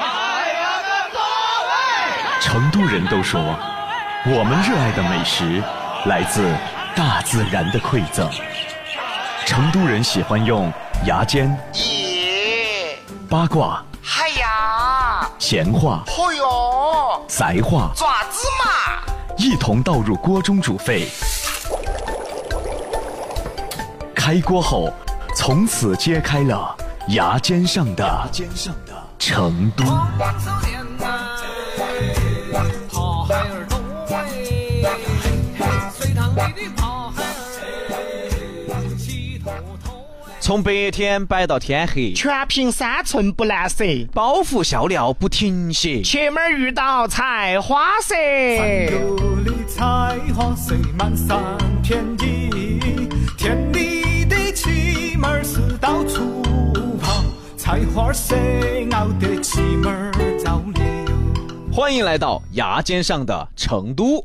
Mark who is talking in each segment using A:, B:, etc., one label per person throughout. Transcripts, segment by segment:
A: 哎
B: 成都人都说，我们热爱的美食来自大自然的馈赠。成都人喜欢用牙尖、
C: 耶！
B: 八卦、
C: 嗨呀！
B: 闲话、
C: 嚯哟！
B: 宅话
C: 爪子嘛！
B: 一同倒入锅中煮沸。开锅后，从此揭开了牙尖上的
D: 肩上的
B: 成都。
A: 王少年哎，跑海儿东哎，隋唐里的跑海儿哎，七头头哎。
E: 从白天摆到天黑，
F: 全凭三寸不烂舌，
E: 包袱笑料不停歇。
F: 前面遇到菜花蛇。
D: 有里菜花塞满三片地，田里的气门儿是到处跑，菜花塞熬得气门儿着了。
E: 欢迎来到牙尖上的成都。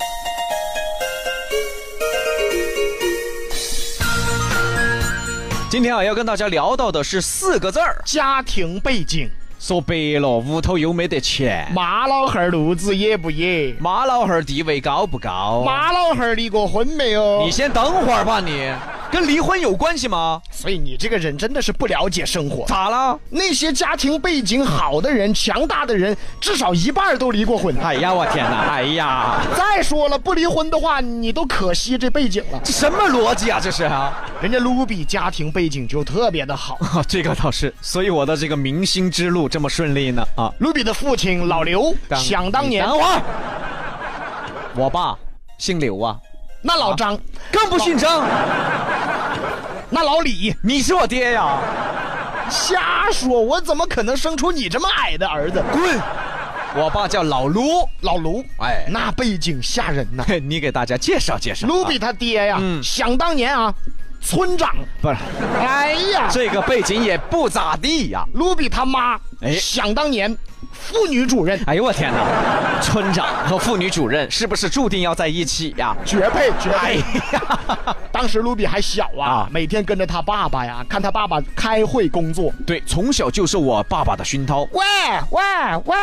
E: 今天啊，要跟大家聊到的是四个字儿，
F: 家庭背景，
E: 说白了，屋头又没得钱，
F: 妈老汉儿路子野不野？
E: 妈老汉儿地位高不高？
F: 妈老汉儿离过婚没有
E: 你？先等会儿吧你，跟离婚有关系吗？
F: 所以你这个人真的是不了解生活。
E: 咋了？
F: 那些家庭背景好的人、强大的人，至少一半儿都离过婚。
E: 哎呀，我天哪！哎呀，
F: 再说了，不离婚的话，你都可惜这背景了。
E: 这什么逻辑啊？这是啊。
F: 人家卢比家庭背景就特别的好，
E: 啊，这个倒是，所以我的这个明星之路这么顺利呢啊！
F: 卢比的父亲老刘，想当年，
E: 等会儿，我爸姓刘啊，
F: 那老张，
E: 更不姓张，
F: 那老李，
E: 你是我爹呀！
F: 瞎说，我怎么可能生出你这么矮的儿子？
E: 滚！我爸叫老卢，
F: 老卢，
E: 哎
F: 那背景吓人 呐、
E: 嘿你给大家介绍介绍啊。
F: 卢比他爹呀，
E: 嗯
F: 想当年啊，村长，
E: 不是
F: 哎呀，
E: 这个背景也不咋地呀。
F: 卢比他妈，
E: 哎
F: 想当年，妇女主任，
E: 哎呦我天哪！村长和妇女主任是不是注定要在一起呀？
F: 绝配，绝
E: 哎
F: 配。
E: 呀，
F: 当时卢比还小啊
E: 啊，
F: 每天跟着他爸爸呀，看他爸爸开会工作。
E: 对，从小就受我爸爸的熏陶。
F: 喂喂喂，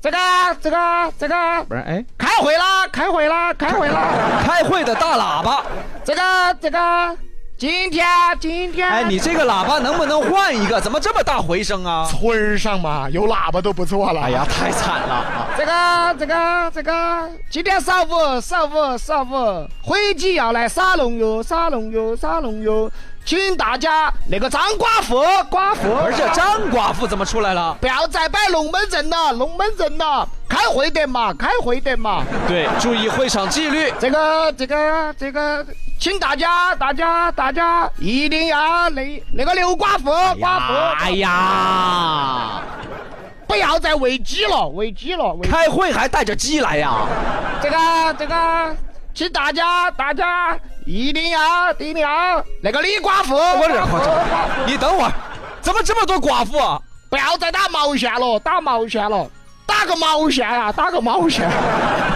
F: 这个这个这个，
E: 不是，哎，
F: 开会啦，开会啦，开会啦，
E: 开会的大喇叭。
F: 这个这个，今天今天，
E: 哎，你这个喇叭能不能换一个？怎么这么大回声啊？
F: 村上嘛有喇叭都不错了。
E: 哎呀，，太惨了啊！
F: 这个这个这个，今天上午上午上午，会计要来沙龙哟，沙龙哟，沙龙哟，请大家那个张寡妇寡妇，
E: 不是张寡妇怎么出来了？
F: 不要再摆龙门阵了，龙门阵了，开会的嘛，开会的嘛。
E: 对，注意会场纪律。
F: 这个这个这个，请大家大家大家一定要那那个刘寡妇寡妇，
E: 哎呀，
F: 不要再喂鸡了，喂鸡了，喂
E: 开会还带着鸡来呀？
F: 这个这个，请大家大家一定要一定要那个李寡妇，
E: 我忍
F: 寡妇寡妇
E: 你等会儿，怎么这么多寡妇 啊？
F: 不要再打毛线了，打毛线了，打个毛线啊，打个毛线。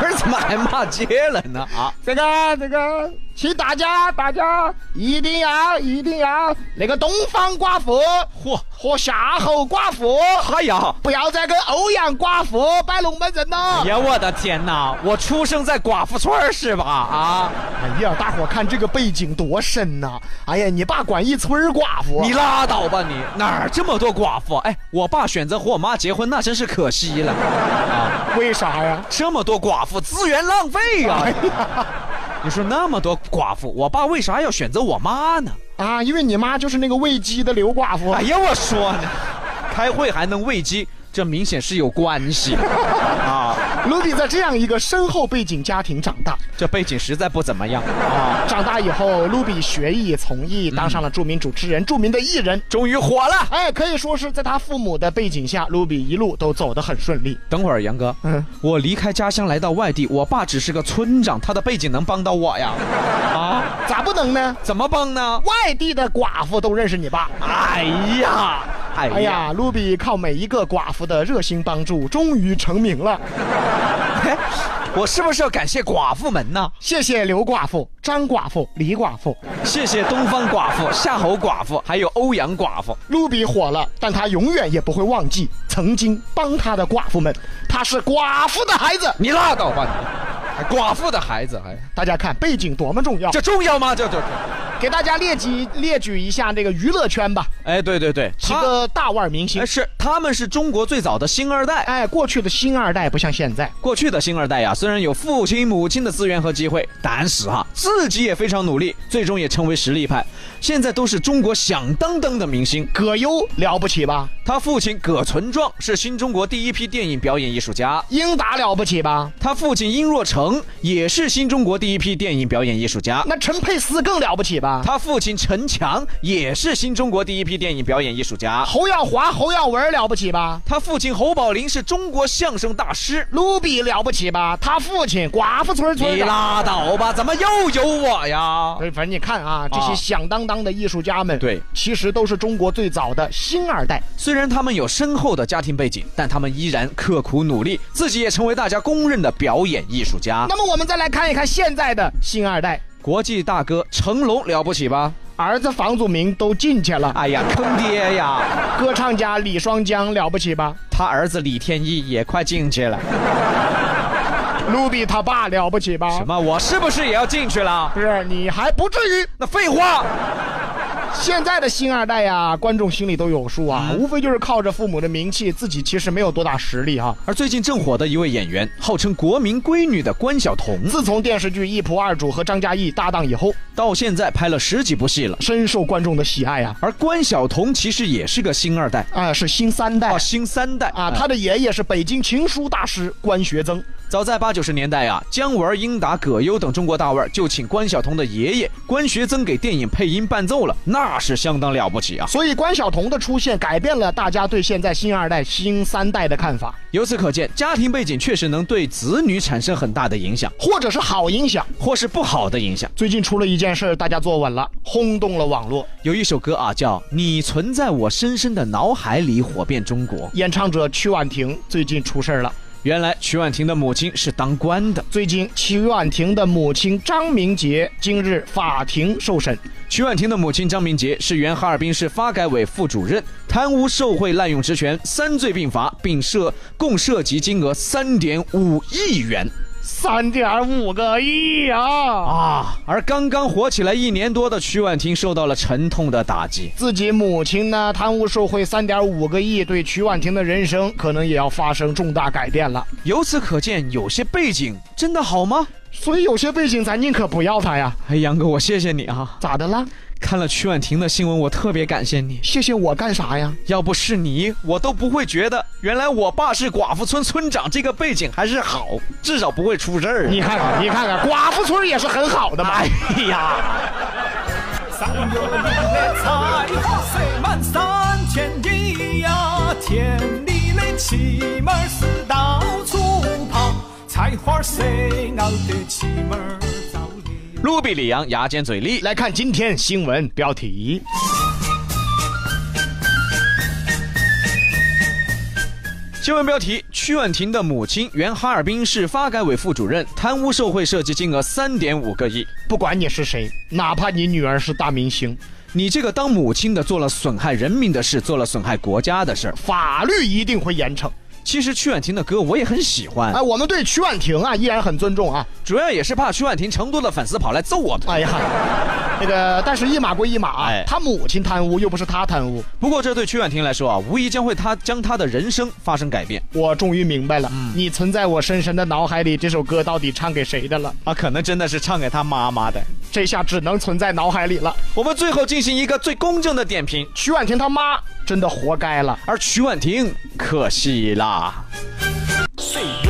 E: 不是，怎么还骂街了呢？啊，
F: 这个这个，请大家大家一定要一定要那个东方寡妇
E: 嚯，
F: 和夏侯寡妇，
E: 哎呀！
F: 不要再跟欧阳寡妇摆龙门阵了
E: 哎。呀，我的天哪！我出生在寡妇村儿是吧？啊，
F: 哎呀，大伙看这个背景多深呐、哎呀，你爸管一村儿寡妇啊，
E: 你拉倒吧你！哪儿这么多寡妇啊？哎，我爸选择和我妈结婚，那真是可惜了。
F: 为啥呀？
E: 这么多寡妇，资源浪费呀、
F: 哎呀，
E: 你说那么多寡妇，我爸为啥要选择我妈呢？
F: 啊，因为你妈就是那个喂鸡的刘寡妇。
E: 哎呀，我说呢，开会还能喂鸡，这明显是有关系的啊！
F: 卢比在这样一个深厚背景家庭长大，
E: 这背景实在不怎么样啊！
F: 长大以后，卢比学艺从艺，当上了著名主持人、著名的艺人。
E: 终于火了。
F: 哎，可以说是在他父母的背景下，卢比一路都走得很顺利。
E: 等会儿，杨哥，
F: 嗯
E: 我离开家乡来到外地，我爸只是个村长，他的背景能帮到我呀？啊，
F: 咋不能呢？
E: 怎么帮呢？
F: 外地的寡妇都认识你爸。
E: 哎呀，哎呀，
F: 哎呀，卢比靠每一个寡妇的热心帮助，终于成名了。
E: 哎我是不是要感谢寡妇们呢？
F: 谢谢刘寡妇、张寡妇、李寡妇。
E: 谢谢东方寡妇、夏侯寡妇，还有欧阳寡妇。
F: 卢比火了，但他永远也不会忘记曾经帮他的寡妇们。他是寡妇的孩子。
E: 你拉倒吧你，还寡妇的孩子还
F: 大家看背景多么重要，
E: 这重要吗？这这，这
F: 给大家列举列举一下这个娱乐圈吧，
E: 哎，对对对，
F: 几
E: 他
F: 个大腕明星
E: 哎。是他们是中国最早的星二代。
F: 哎，过去的星二代不像现在，
E: 过去的星二代呀，虽然有父亲、母亲的资源和机会，但是哈，自己也非常努力，最终也成为实力派。现在都是中国响当当的明星。
F: 葛优了不起吧，
E: 他父亲葛存壮是新中国第一批电影表演艺术家，
F: 英达了不起吧，
E: 他父亲殷若成也是新中国第一批电影表演艺术家。
F: 那陈佩斯更了不起吧，
E: 他父亲陈强也是新中国第一批电影表演艺术家。
F: 侯耀华、侯耀文了不起吧，
E: 他父亲侯宝林是中国相声大师。
F: 卢比了不起吧，他父亲寡妇村村
E: 你
F: 长。
E: 拉倒吧，怎么又有我呀？
F: 对，反正你看啊，这些
E: 啊
F: 响当当的艺术家们，
E: 对
F: 其实都是中国最早的星二代。
E: 虽然他们有深厚的家庭背景，但他们依然刻苦努力，自己也成为大家公认的表演艺术家
F: 那。么我们再来看一看现在的星二代，
E: 国际大哥成龙了不起吧？
F: 儿子房祖名都进去了，
E: 哎呀，坑爹呀！
F: 歌唱家李双江了不起吧？
E: 他儿子李天一也快进去了。
F: 卢比他爸了不起吧？
E: 什？么？我是不是也要进去了？
F: 不是，你还不至于。
E: 那废话，
F: 现在的星二代呀、观众心里都有数啊，
E: 嗯
F: 无非就是靠着父母的名气，自己其实没有多大实力哈、
E: 而最近正火的一位演员，号称国民闺女的关晓彤，
F: 自从电视剧《一仆二主》和张嘉译搭档以后，
E: 到现在拍了十几部戏了。
F: 深受观众的喜爱啊。
E: 而关晓彤其实也是个星二代，
F: 啊，是星三代
E: 啊，星三代
F: 啊，
E: 嗯
F: 他的爷爷是北京情书大师关学增，
E: 早在八九十年代啊，姜文、英达、葛优等中国大腕儿就请关晓彤的爷爷关学增给电影配音伴奏了，那是相当了不起啊！
F: 所以关晓彤的出现改变了大家对现在星二代、星三代的看法，
E: 由此可见，家庭背景确实能对子女产生很大的影响，
F: 或者是好影响。
E: 或是不好的影响。
F: 最近出了一件事儿，大家坐稳了，轰动了网络。
E: 有一首歌啊，叫《你存在我深深的脑海里》，火遍中国。
F: 演唱者曲婉婷最近出事儿了。
E: 原来曲婉婷的母亲是当官的，
F: 最近，曲婉婷的母亲张明杰今日法庭受审，
E: 曲婉婷的母亲张明杰是原哈尔滨市发改委副主任，贪污受贿、滥用职权三罪并罚，并涉共涉及金额三点五亿元。
F: 三点五个亿啊！
E: 啊！而刚刚火起来一年多的曲婉婷受到了沉痛的打击。
F: 自己母亲呢贪污受贿三点五个亿，对曲婉婷的人生可能也要发生重大改变了。
E: 由此可见，有些背景真的好吗？
F: 所以有些背景咱宁可不要他呀，
E: 哎，杨哥，我谢谢你啊！
F: 咋的啦？
E: 看了曲婉婷的新闻，我特别感谢你。
F: 谢谢我干啥呀？
E: 要不是你，我都不会觉得原来我爸是寡妇村村长这个背景还是好，至少不会出事儿。啊
F: 你看看，你看看，寡妇村也是很好的嘛。
E: 哎呀！
D: 山有你的才华，塞满三千里呀，田里的妻妹儿是到处跑，菜花儿塞俺的妻妹儿早离。
E: 卢比里昂牙尖嘴利，
F: 来看今天新闻标题：
E: 新闻标题：曲婉婷的母亲，原哈尔滨市发改委副主任，贪污受贿涉及金额三点五个亿。
F: 不管你是谁，哪怕你女儿是大明星，
E: 你这个当母亲的做了损害人民的事，做了损害国家的事儿。
F: 法律一定会严惩。
E: 其实曲婉婷的歌我也很喜欢
F: 哎，，我们对曲婉婷啊依然很尊重啊。
E: 主要也是怕曲婉婷成都的粉丝跑来揍我们。
F: 哎呀，那个，但是一码归一码啊
E: 哎，
F: 他母亲贪污又不是他贪污。
E: 不过这对曲婉婷来说啊，无疑将会她将她的人生发生改变
F: 我终于明白了，
E: 嗯
F: 你存在我深深的脑海里这首歌到底唱给谁的了？
E: 啊，可能真的是唱给她妈妈的。
F: 这下只能存在脑海里了。
E: 我们最后进行一个最公正的点评，
F: 曲婉婷他妈真的活该了。
E: 而曲婉婷可惜啦。
G: 岁月